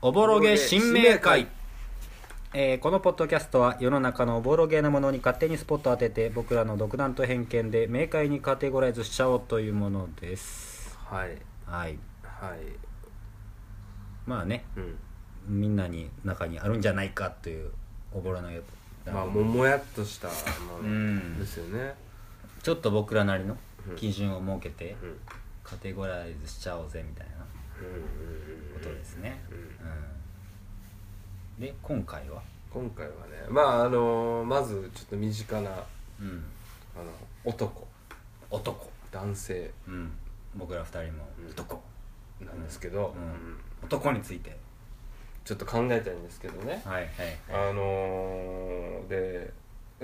おぼろげ新明会、えーこのポッドキャストは世の中のおぼろげなものに勝手にスポットを当てて僕らの独断と偏見で明快にカテゴライズしちゃおうというものですはいはいはいまあねうんみんなに中にあるんじゃないかというおぼろのよまあももやっとしたもうんのですよねちょっと僕らなりのうん基準を設けてうんカテゴライズしちゃおうぜみたいなうんことですね、うんうん、で今回は今回はねまああのまずちょっと身近なあうんの男男男性うん僕ら二人もうん男、なんですけど、うんうん男についてちょっと考えたいんですけどねはいはいあのー、で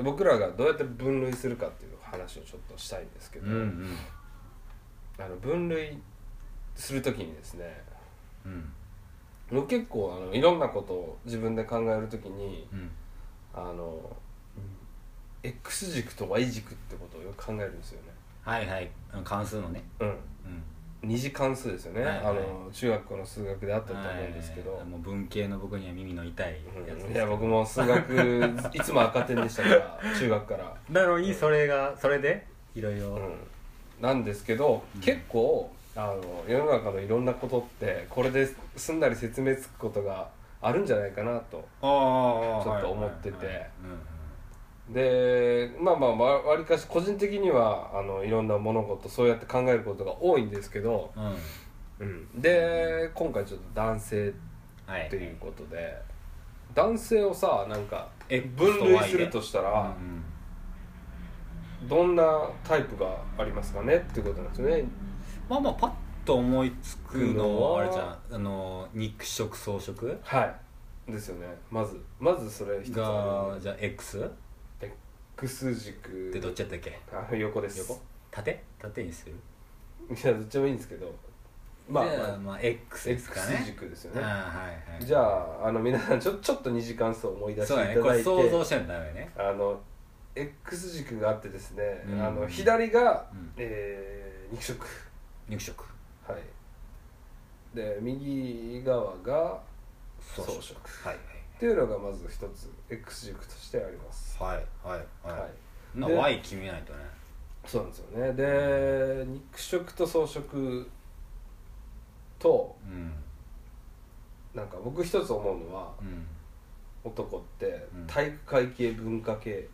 僕らがどうやって分類するかっていう話をちょっとしたいんですけど、うんうんあの分類するときにですねうん僕結構あのいろんなことを自分で考えるときにうんあの X 軸と Y 軸ってことをよく考えるんですよねはいはいあの関数のねうんうん二次関数ですよね、はいはいあの中学校の数学であったと思うんですけど、はいもう文系の僕には耳の痛いやつですうんいや僕も 数学いつも赤点でしたから中学からなのにそれがそれでいろいろうん、なんですけど、結構あの世の中のいろんなことってこれですんなり説明つくことがあるんじゃないかなとああちょっと思っててはいはいはいうんうんでまあまあわわりかし個人的にはあのいろんな物事そうやって考えることが多いんですけど、うんで今回ちょっと男性はいっていうことで、男性をさなんか X と Y 分で類するとしたうんうら、んどんなタイプがありますかねっていうことなんですよねまあまあパッと思いつくのはあれくのじはゃんあの肉食草食はいですよねまずまずそれ一つあがじゃあ X っる X 軸てどっちやったっけあ横です横縦縦にするいやどっちもいいんですけどまあ、じゃまああ、まあ X ですか X ね軸ですよああねはいはいじゃああの皆さんちょちょっと二次関数を思い出してそいうだただいねて、これ想像しちゃダメねあの X 軸があってですね、うんあの左が、うんえー肉食肉食はいで右側が草食草食はいっていうのがまず一つ X 軸としてあります、はいはいはいははいいなで Y 決めないとねそうなんですよねで肉食と草食とうんなんか僕一つ思うのはうん男ってうん体育会系文化系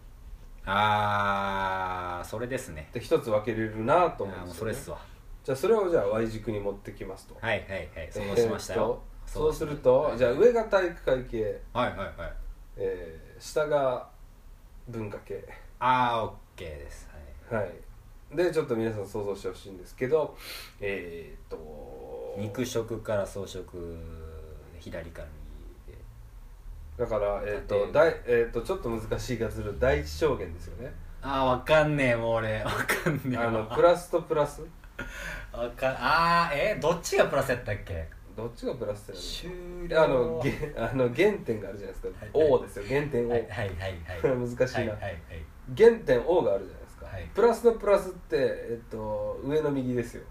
ああそれですねって一つ分けれるなあと思うんーもうですそよ、れっ、すわねじゃあそれをじゃあ Y 軸に持ってきますと、はいはいはい想像しましたよえーっとそうするとじゃあ上が体育会系、はいはいはいえー下が文化系ああ OK ですはいはいでちょっと皆さん想像してほしいんですけどえーっと肉食から草食左から右でだから、えー縦とだいえー、とちょっと難しいがする第一象限ですよねああわかんねえもう俺 わかんねえあのプララスとプラスわかんああえーどっちがプラスやったっけどっちがプラスって終なのあのげあの原点があるじゃないですか、はい O ですよ原 点 O、はいはいはいはい難しいなはいはいはい原点 O があるじゃないですか、はいプラスとプラスって、えー、と上の右ですよ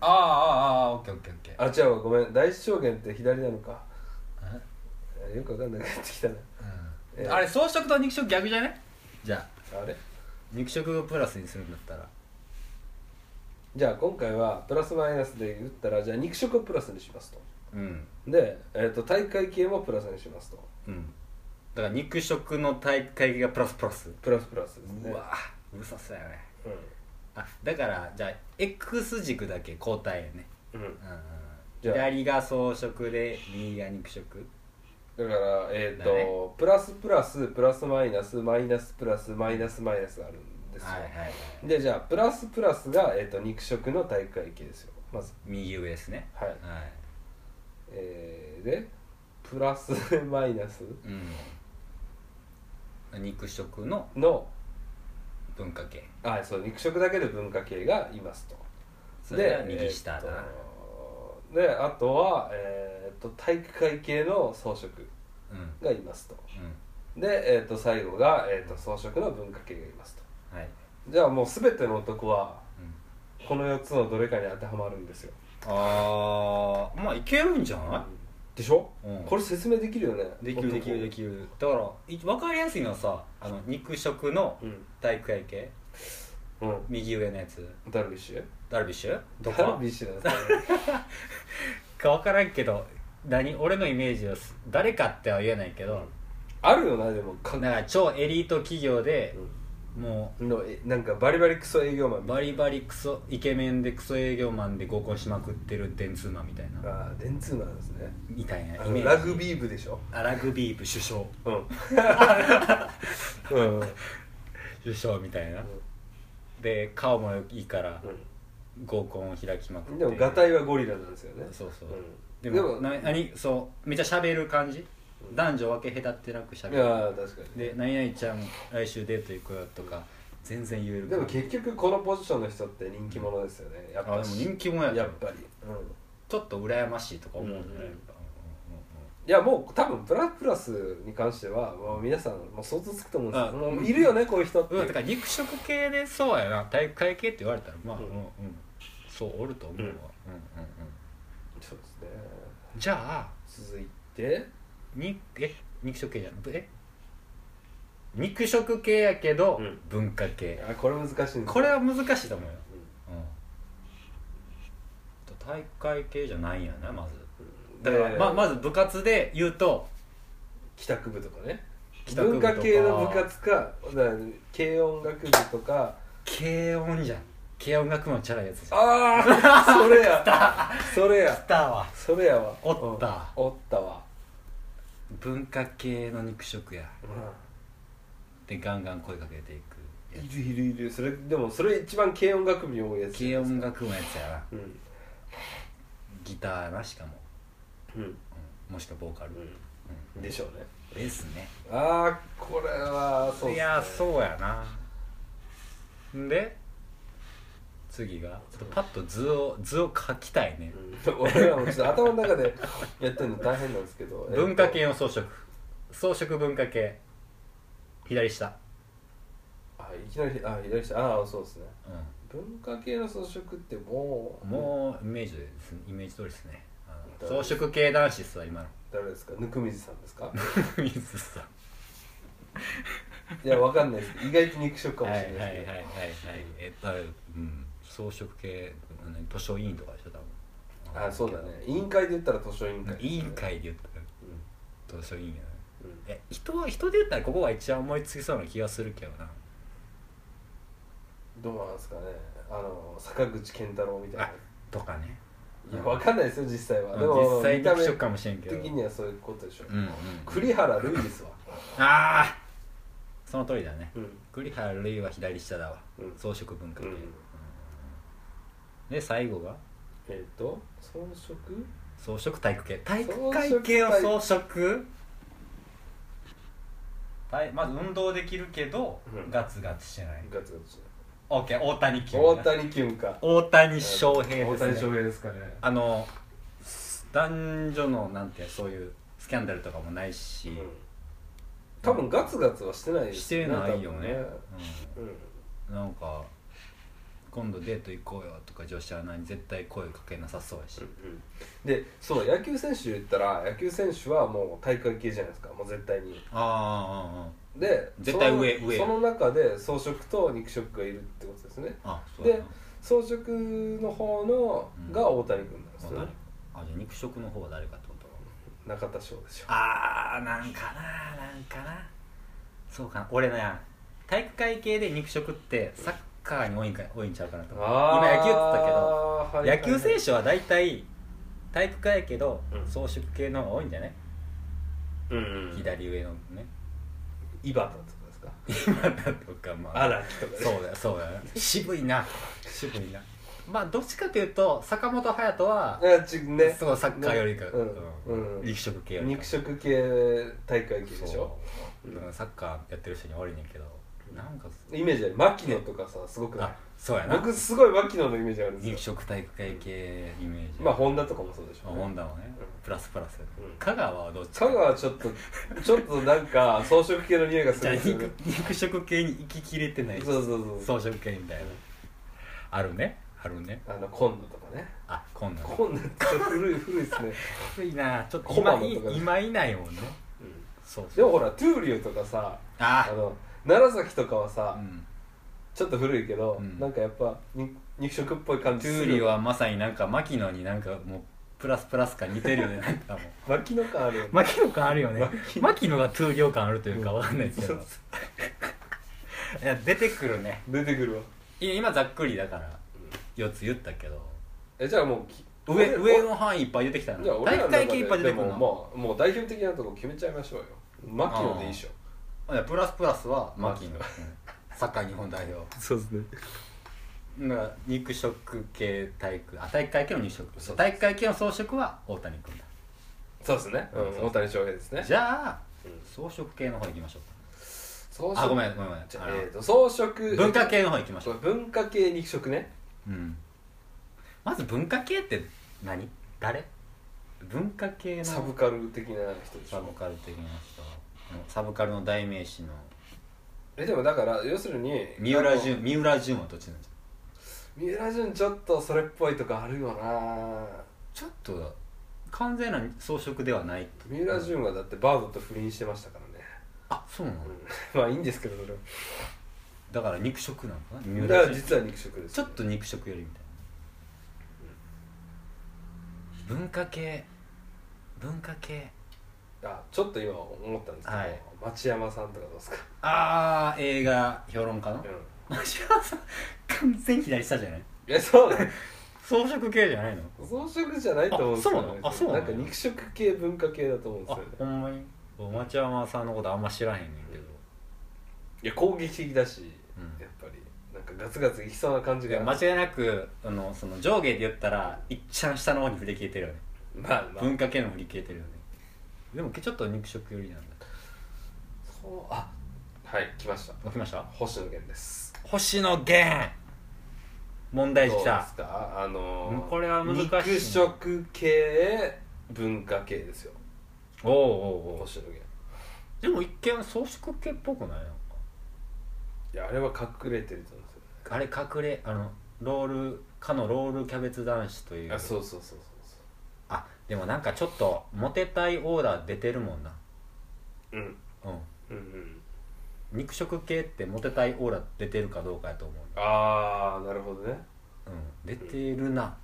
ああああああオッケーオッケーオッケーあ違うわごめん第一象限って左なのかあえーよくわかんなくなってきたなうんえーあれ草食と肉食逆じゃねじゃああれ肉食をプラスにするんだったらじゃあ今回はプラスマイナスで言ったらじゃあ肉食をプラスにしますとうんで、えー、と大会系もプラスにしますとうんだから肉食の大会がプラスプラスプラスプラスですねうわうるさそうやねうあだからじゃあ X 軸だけ交代やね、ん、うんうんうんうん、じゃあ左が草食で右が肉食だからえっ、だと、ねプラスプラスプラスマイナスマイナスプラスマイナスマイナスがあるんですよ、はいはいはいでじゃあプラスプラスが、えー、と肉食の体育会系ですよまず右上ですねはいはいえー、でプラスマイナスうん肉食のの文化系あそう肉食だけで文化系がいますとそれが右下だえな、ーとであとは、えー、と体育会系の装飾うんがいますとうで、えー、と最後が、えー、と装飾の文化系がいますとんはい、じゃあもう全ての男はうん、この4つのどれかに当てはまるんですよあーまあいけるんじゃないっでしょ、うんこれ説明できるよねできるできるできるだからい分かりやすいのはさあの肉食のうん、体育会系うん、右上のやつダルビッシュダルビッシュとダルかビッ シュだねか分からんけど何俺のイメージはす誰かっては言えないけど、あるよなでもかだから超エリート企業でものえなんかバリバリクソ営業マンうみたいバリバリクソイケメンでクソ営業マンで合コンしまくってる電通マンみたいななあー電通マンですねみたいなあイメのージラグビー部でしょあラグビー部首相うんうん、うん、首相みたいなで顔もいいからう合コンを開きまくっんてでもガタイはゴリラなんですよねそうそう、うんででももな何そうめっちゃ喋る感じ、うん男女分け隔てなく喋いるやー確かにで「何々ちゃん来週デート行くよ」とか全然言えるでも結局このポジションの人って人気者ですよねやっあぱでもし人気者ややっったぱり、うん、ちょっと羨ましいとか思うよね、うんうんやっぱいやもう多分プラプラスに関してはもう皆さんもう想像つくと思うんですよあもういるよねこういう人ってうんうんうんだから肉食系でそうやな体育会系って言われたらまあ、ううんんうんそうおると思うわ、うんうんううんん、そうですねじゃあ続いてにえ肉食系じゃなくえ肉食系やけど、うん文化系あこれ難しいんですよこれは難しいと思うよううん、大会系じゃないんやなまずんだから、でままず部活で言うと帰宅部とかね帰宅部と文か化系の部活かだから軽音楽部とか軽音じゃん軽音楽部のチャラいやつじゃんああそれ やそれ来やたわそれやわおったうんおったわ、文化系の肉食やうでガンガン声かけていくやん、いるいるいるそれでもそれ一番軽音楽部に多いやつつ軽音楽部のやつやなうんギターなしかも、うんうん、もしくはボーカル、うんでしょうねですねああこれはそうっすねいやそうやなんで次がちょっとパッと図を図を書きたいね、うん俺らもちょっと頭の中でやってるの大変なんですけど 文化系えっの装飾装飾文化系左下とあいきなりあ左下ああそうですねう文化系の装飾ってもうんもうイメージですイメージ通りですねあどのう装飾系男子っすわ 今の誰ですか温水さんですか 水さいやわかんないです意外と肉食かんもはしいれはないいはいはいですはいえっとうん装飾系何図書委員とかでしょ多け分どあそうだね委員会で言ったら図書委員会委員会で言ったら図書委員やなうんうんえ人は人で言ったらここが一番思いつきそうな気がするけどなどうなんですかねあの坂口健太郎みたいなあとかねいやわかんないですよ実際はでも実際見にた肉目食かもしれんけど的にはそういうことでしょうんうん栗原類ですわああその通りだねうん栗原類は左下だわ、うん装飾文化系、うんで最後がえっ、と装飾装飾体育系体育会系を装飾はいまず運動できるけど、うんガツガツしてないガツガツして OK 大谷る君大谷キュンか大谷翔平大です、谷ね、翔平ですかねあの男女のなんてそういうスキャンダルとかもないし、うん多分ガツガツはしてないですしてないよね多分うんなんか今度デート行こうよとか女子アナに絶対声かけなさそうやし、でそう野球選手で言ったら野球選手はもう体育会系じゃないですかもう絶対にああで絶対上その上その中で草食と肉食がいるってことですねああああそうやでな草食の方のうんが大谷君なんですそうよだねね、あじゃあ肉食の方は誰かってこと中田翔でしょああなんかななんかなそうかな俺な体育会系で肉食ってサッカーに多いんか多いんちゃうかなと思う今野球って言ったけどった野球選手は大体体育会やけど、うん装飾系の方が多いんじゃない、手、うんうん、左上のね井端とかですか今だとかまあ荒木とかねそうだよそうだよ渋いな渋いなまあどっちかというと坂本勇人はあちねそうサッカーよりか、うんうん肉食系よりか肉食系大会系でしょそうだからサッカーやってる人に悪いねんけどなんかイメージある牧野とかさすごくないあそうやな僕すごい牧野のイメージあるんで肉すよ食体育会系イメージままあ本田とかもそうでしあょ、ホンダもねプラスプラスうん香川はどっちか香川はちょっとちょっとなんか装飾系の匂いがすじゃるあんですよ、肉ね、肉食系に行ききれてないそうそうそう装飾系みたいなあるねあるねあの今度とかねあこんなの今度って古い 古いですね、古いなちょっとコマ今のいとかね今いないもんねうんそうそうでもほらトゥーリューとかさああの楢崎とかはあ、さ、うん、ちょっと古いけど、うんなんかやっぱに肉食っぽい感トじゥすーリーるはまさになんか牧野になんかもうプラスプラス感似てるよ ねなんかもう脇の感あるよね牧野感あるよね牧野がトゥーリョ感あるというかうんわかんないですけど、いや出てくるね出てくるわいや今ざっくりだから4つ言ったけどえじゃあもうき上俺上の範囲いっぱい出てきたなじゃあ俺大らの体系いっぱ中いで出でてくもるまなあもう代表的なとこ決めちゃいましょうよ牧野でいいでしょいやプラスプラスは牧野牧野うんサッカー日本代表そうですねだから肉食系体育あ体育会系の肉そ食う体育会系の草食は大谷君だそうですね、うそうそん、う大谷翔平ですねじゃあうん草食系の方行きましょう装あごめんんごめんごめんじゃああのえー、と装飾文化系の方行きましょう文化系肉食ねうんまず文化系って何誰文化系のサブカル的な人でしサょブカル的な人サブカルの代名詞のえでもだから要するに三浦あの淳三浦淳はどっちなんじゃ三浦淳ちょっとそれっぽいとかあるよなちょっと完全な装飾ではない三浦淳はだってバードと不倫してましたからね、あそうなのうん、ま あいいんですけどそれはだから肉食なのかな三だ浦か淳ら実は肉食です、ちょっと肉食よりみたいな文化系文化系あちょっと今思ったんですけど、はい町山さんとかどうですか、ああ映画評論家のう町山さん完全左下じゃないん、えそうなの装飾系じゃないの草食じゃないと思うんですよ、ね、あそうなのあそうなのんか肉食系文化系だと思うんであすよねほんまに町山さんのことあんま知らへんねんけどいや攻撃的だし、うんやっぱりなんかガツガツいきそうな感じいやが間違いなくあのその上下で言ったらいっちゃん下の方に振り切れてるよねまあまあ文化系の振り切れてるよねでもちょっと肉食よりなんだそうあはい来ました起きました星野源です星野源問題どう児ですきたかあのーうんこれは難しいね肉食系文化系ですよおうおうおう星野源でも一見装飾系っぽくないなんかいやあれは隠れてると思うんですよあれ隠れあのロールかのロールキャベツ男子というあそうそうそうそうそあでもなんかちょっとモテたいオーラ出てるもんなううんうんうんうん肉食系ってモテたいオーラ出てるかどうかやと思ああなるほどねううん出てるな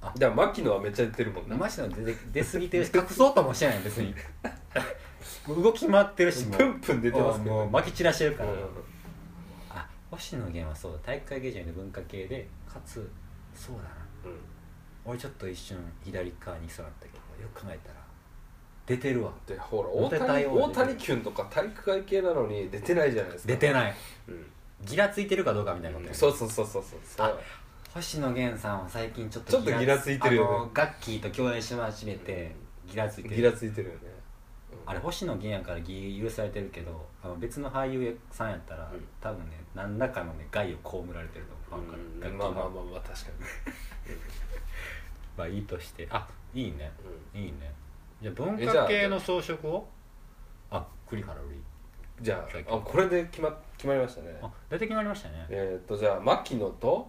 だから牧野はめっちゃ出てるもんなマジの出て出過ぎ てるし隠そうともしてない別にもう動き回ってるしもうプンプン出てますけどもう撒き散らしてるから、うんあ星野源はそうだ体育会系じゃなくて文化系でかつそうだなうん俺ちょっと一瞬左側にそうだったけどよく考えたら出てるわでほらモ大テ谷たいよ大谷キュンとか体育会系なのに出てないじゃないですか出てい、ないうんギラついてるかどうかみたいなことやねそうそうそうそうそうあ星野源さんは最近ちょっとちょっとギラついてるよねあのガッキーと共演し始めてギラついてるギラついてるよねあれ星野源やから義許されてるけどあの別の俳優さんやったら、うん多分ね何らかのね害を被られてるとう思うファンから、ん楽器まあのまあまあまあ確かに、まあいいとしてあいいねういいねじゃあ文えじゃ化あ系の装飾をあ栗原瑠ん、じゃ最あ近あこれで決ま決まりましたね衣あ出て決まりましたねえー、っとじゃあ牧野と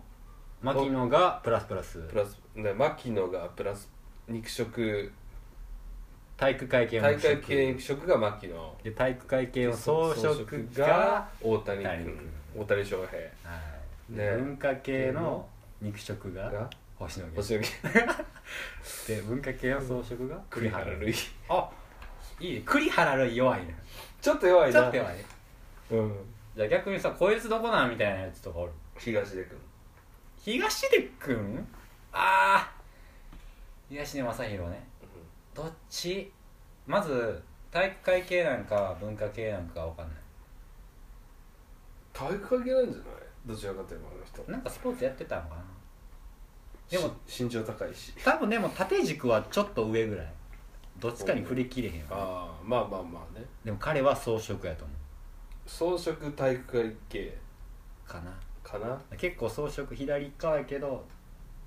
牧野がプラスプラスプラスで牧野がプラス肉食体育会系の大会系装肉食が牧野飾で体育会系の装飾装飾がが大谷大谷君大谷翔平はいね文化系の肉食がが星野源星野源 で文化系の装飾が栗原瑠類衣あいいね栗原類弱いねちょっと弱いちなょっと弱いねうんじゃあ逆にさこいつどこなんみたいなやつとかおる東出君東出くんああ東出正宏ねどっちまず体育会系なんか文化系なんかわかんない体育会系なんじゃないどちらかというとあの人なんかスポーツやってたのかなでもし身長高いし多分でも縦軸はちょっと上ぐらいどっちかに振り切れへんわああまあまあまあねでも彼は装飾やと思装飾体育会系うかなかな結構装飾左側やけど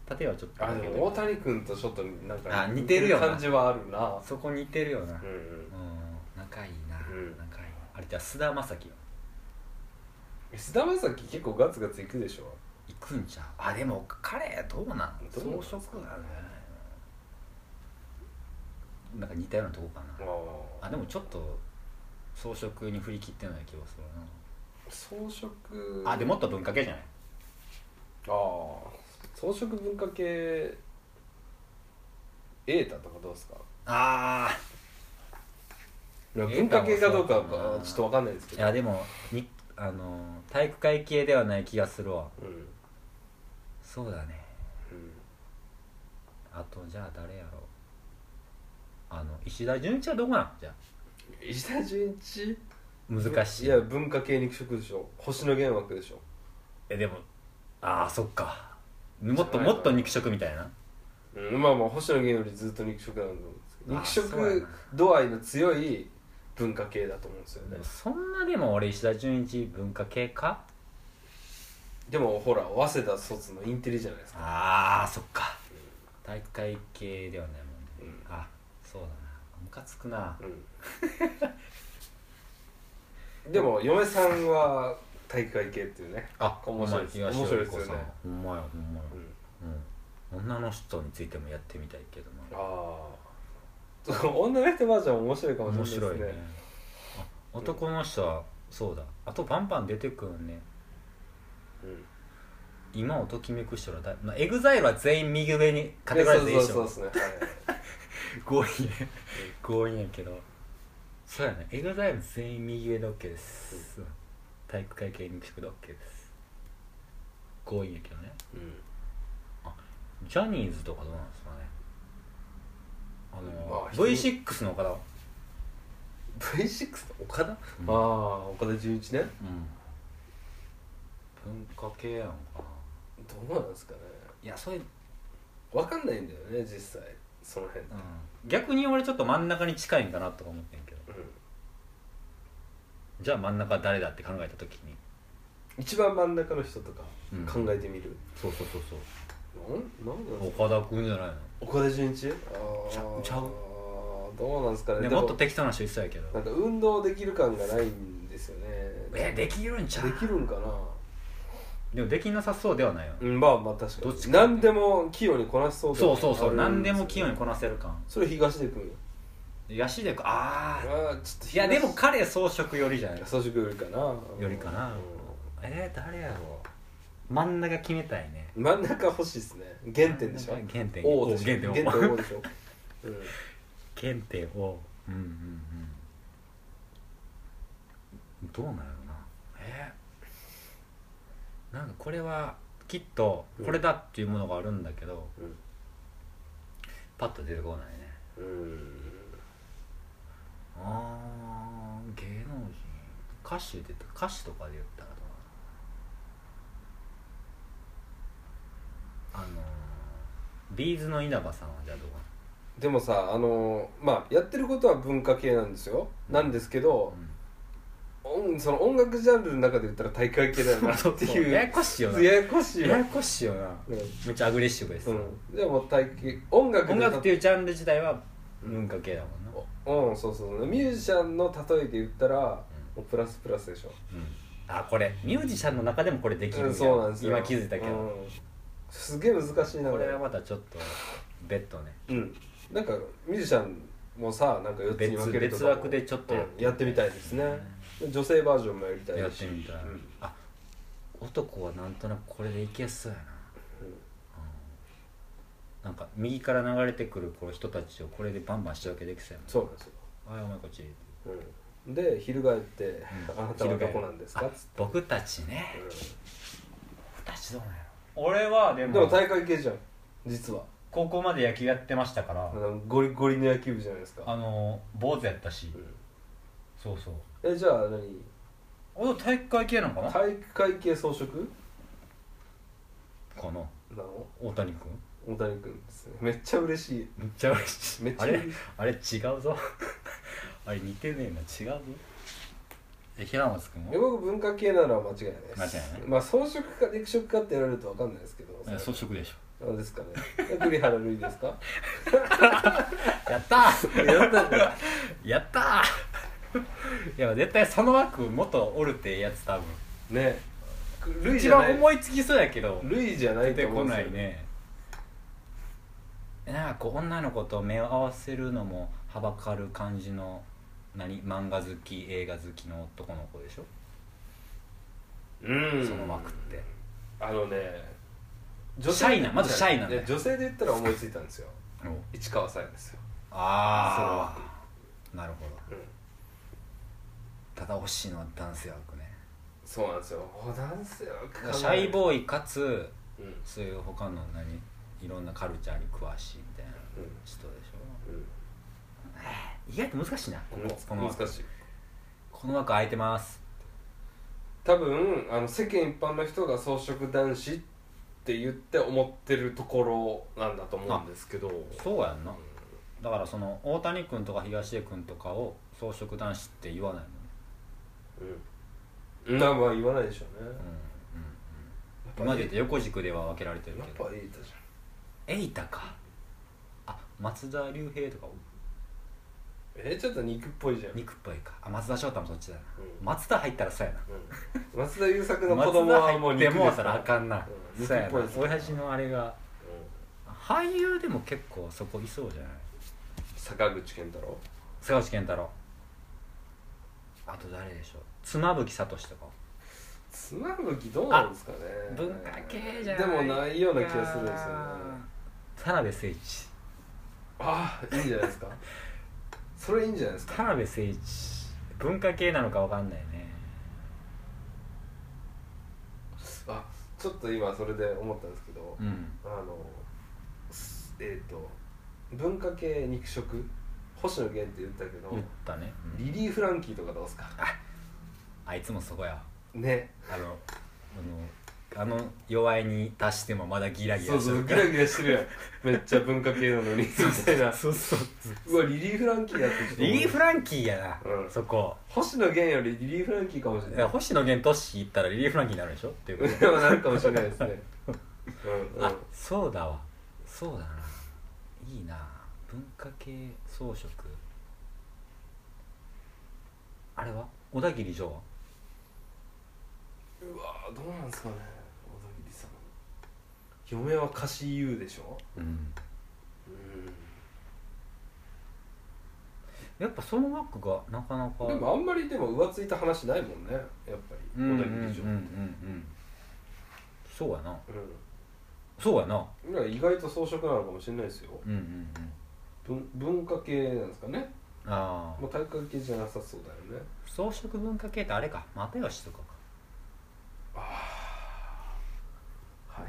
縦はちょっとあ上でげも大谷君とちょっとなんかあ似てるよな感じはあるなそこ似てるよなうんううんん仲いいな、うん仲いいあれじゃあ須田将暉は菅田将暉結構ガツガツいくでしょ行く食うんじゃんあでも彼どうなんどうなんです草か食なんじゃないのなんか似たようなとこかあなあでもちょっと草食に振り切ってない気がする装飾なあでもっと文化系じゃないああ装飾文化系瑛太とかどうですかああ文化系かどうか瑛太もそうだなはちょっとわかんないですけいどやでもにあの体育会系ではない気がするわうん、うん、そうだねあとじゃあ誰やろうあの石田純一はどこなのじゃあ石田純一難しいいや文化系肉食でしょ星の源枠でしょえでもああそっかもっとじゃないもっと肉食みたいなうん、まあまあ星野源よりずっと肉食なんだと思うんですけどあ肉そうや食な度合いの強い文化系だと思うんですよねそんなでも俺石田純一文化系かでもほら早稲田卒のインテリじゃないですかああそっか体育会系ではないもんね、うんあそうだなムカつくなうん でも嫁さんは体育会系っていうねあ面白いです面白いで面白いですすよよねねほんまやほんまやうんうん女の人についてもやってみたいけどなああ 女の人バージョン面白いかもしれない面です白いねねあ男の人はそうだあとバンバン出てくるねうん今をときめく人らだい、まあ、エグザイルは全員右上にカテゴライズでいいでしょそうそうそうですね強引や強引やけどそうやねエグザイル全員右上で OK です、体育会系肉食で OK です強引やけどねはいうんジャニーズとかどうなんですかねあの、まあ V6 の岡田は V6 岡田ああ岡田准一ねうん文化系やんかなどうなんですかねいやそれ、うん、わかんないんだよね実際その辺って逆に俺ちょっと真ん中に近いんかなとか思ってんけどうんじゃあ真ん中は誰だって考えた時に一番真ん中の人とかうん考えてみる、そうそうそうそうなんなんなんですか岡田君じゃないの岡田准一あちゃあちゃうどうなんですかねね、でももっと適当な人いそうやけなどんか運動できる感がないんですよねえできるんちゃうできるんかなでもできなさそうではないよ、うんまあまあ確かどっにちか何でも器用にこなしそうそうそうそう何でも器用になこなせる感それ東出君ヤシでくあああーちょっと東いやでも彼装飾よりじゃない朝食よりかなよりかなえー、誰やろう真ん中決めたいねうん真ん中欲しいですね原点でしょ真ん中原点王でしょ原点原王点王でしょうん原点をうんうんうんどうなんやろなえー、なんかこれはきっとこれだっていうものがあるんだけど、うんパッと出てこないねうんあー芸能人歌手で歌手とかで言ったらどうなのあのー、ビーズの稲葉さんはじゃあどうかでもさあのーまあやってることは文化系なんですよ、うんなんですけど、音その音楽ジャンルの中で言ったら大会系だよなな、って そういうややこしいよなややこしいよややこしいよなうめっちゃアグレッシブです、ん、うん、でも体系音楽で音楽っていうジャンル自体は文化系だもんな、うんそうそうミュージシャンの例えで言ったら、もうプラスプラスでしょうんあこれミュージシャンの中でもこれできるうんやそうなんですよ今気づいたけど、うんすげえ難しいなこれはまたちょっと別途ねうんなんかミュージシャンもさなんか4つに分けるとかも別別枠でちょっとやってみたいうんやってみたいですね女性バージョンもやりたいしやってみたい、うんあ男はなんとなくこれでいけそうやな、うんなんか右から流れてくるこう人たちをこれでバンバン仕分けできそうやそうなんですよもんあお前こっち、うんで翻ってう「んあなたは昼がどこなんですか?」あっつっ僕たちねて僕たちどうなんやろ俺はでうんもでも大会系じゃん実は高校まで野球やってましたから、あのゴリゴリの野球部じゃないですあかの坊主やったし、うんそうそうえじゃあ何俺体育会系なのかなか体育会系装飾ななの大谷君大谷君ですねめっちゃ嬉しいめっちゃ嬉しいめっちゃあれ嬉しいあれ違うぞ あれ似てねえな違うぞえ平松君えも僕文化系なら間違いないです間違いないまあ装飾か肉食かって言われると分かんないですけどえ装飾でしなんですかねえ栗原類ですかょ やったーやったんだやったーいや絶対その枠もっとおるってやつ多分ね類一じゃ番ない思いつきそうやけど類じゃな出いてと思こうんでなすよいねなんかこう女の子と目を合わせるのもはばかる感じの何漫画好き映画好きの男の子でしょ、うんその枠ってあのねシャイなまずシャイなんだよいや女性で言ったら思いついたんですよ市川さやですよああなるほどうんただ惜しいのは男性枠ねそうなんですよお男性はだからシャイーボーイかつイうんそういう他の何いろんなカルチャーに詳しいみたいなうん人でしょ意外と難しいなこうんここの難しいこの枠空いてます多分あの世間一般の人が草食男子って言って思ってるところなんだと思うんですけどそうやんなだからその大谷君とか東出君とかを草食男子って言わないもんねうんまあまあ言わないでしょうねうん今で言うと横軸では分けられてるやっけどぱいいだじゃエイタかあ松田龍平とかんえーちょっと肉っぽいじゃん、うん肉っぽいかあ松田翔太もそっちだな松田入ったらそうやな松田優作の子松供田はもう入って肉もうですたらあかんな、うんそうや肉なっぽいです親父のあれが俳優でも結構そこいそうじゃない坂口健太郎坂口健太郎あと誰でしょう妻夫木聡とか妻夫木どうなんですかね文化系じゃないでもないような気がするんですよね田辺誠一ああいいんじゃないで すかそれいいんじゃないです田か辺誠一文化系なのかわかんないねあちょっと今それで思ったんですけど、うんあのすえっ、と文化系肉食星野源って言ったけど言ったね、うんリリー・フランキーとかどうですかあいつもそこやねあのあのあの弱いに達してもまだギラギそラうしてそうるギラギラしてるやんめっちゃ文化系なのにみたい なそうそううわリリー・フランキーやってちょっと思うリリー・フランキーやな、うんそこ星野源よりリリー・フランキーかもしいれ ないや星野源トッシー行ったらリリー・フランキーになるでしょっていうことでもなるかもしれないですねうんうんあそうだわそうだないいな文化系装飾あれは小田切城はうわどうなんですかね小田切さん嫁は歌詞言うでしょうんうんやっぱその枠がなかなかでもあんまりでも浮ついた話ないもんねやっぱうりんうんうん小うん田切城うんうんそうやなうんそうやないや意外と装飾なのかもしれないですようんうんうん文文化系なんですかねああもう体育会系じゃなさそうだよね装飾文化系ってあれか又吉とかかはいはい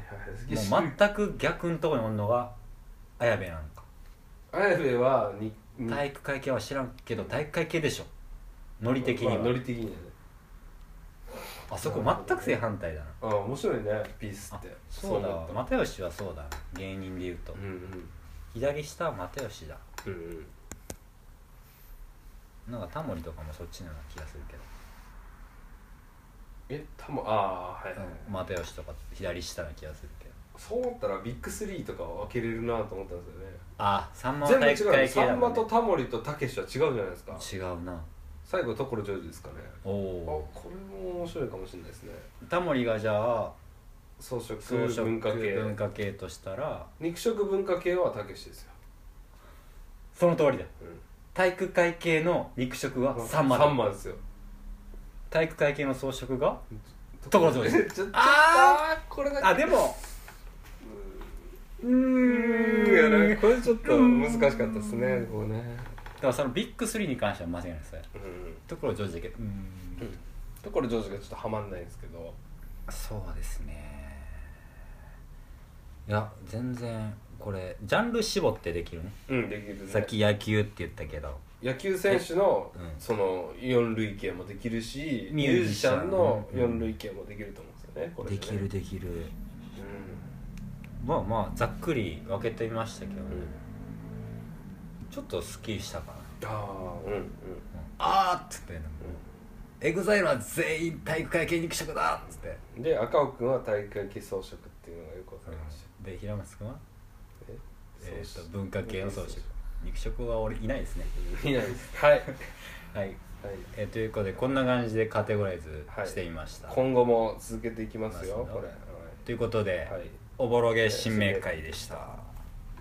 もう全く逆のとこにおんのが綾部なんか綾部はにに体育会系は知らんけど体育会系でしょノリ的にまあノはリ的にはねあそこ全く正反対だなああ面白いねピースあってそうだ思わった又吉はそうだな芸人で言うと、うんうん左下は又吉だうんうんなんかタモリとかもそっちのような気がするけど、えたもああはいはい、又吉とか左下な気がするけどそう思ったらビッグスリーとかは分けれるなと思ったんですよねあさんまは全部体違育うね会系さだんもまん、とね、タモリとたけしは違うじゃないですか違うな最後所ジョージですかねおあおこれも面白いかもしれないですねータモリがじゃあ装飾装飾文化系文化系としたら肉食文化系はたけしですよ、その通りだうん体育会系の肉食はさんまだ三万ですよ体育会系の装飾が所所ジジョョージージ ちょっとああーこれだけあでもうーうんやんなこれちょっと難しかったですねこうねだからそのビッグ3に関しては間違いないですねうんところジョージだけどうーん所ジョージがちょっとはまんないんですけどそうですねいや全然これジャンル絞ってできるねうんできるねさっき野球って言ったけど野球選手のうんその四類型もできるしミミューュージジシシャャンンのの四類型もできると思うんですよねこれでねきるできるうんまあまあざっくり分けてみましたけどねちょっとスッキリしたかなああうんうんあーっつってエグザイルは全員体育会系肉食だっつってで赤尾君は体育会系装飾っていうのがよくわかりましたで平松君は、ええー、装と飾文化系の装飾肉食は俺いないですね いないですはい、はい、はい、えーということでこんな感じでカテゴライズしていました、今後も続けていきますよまこすれよということで、はいおぼろげ新明会でした、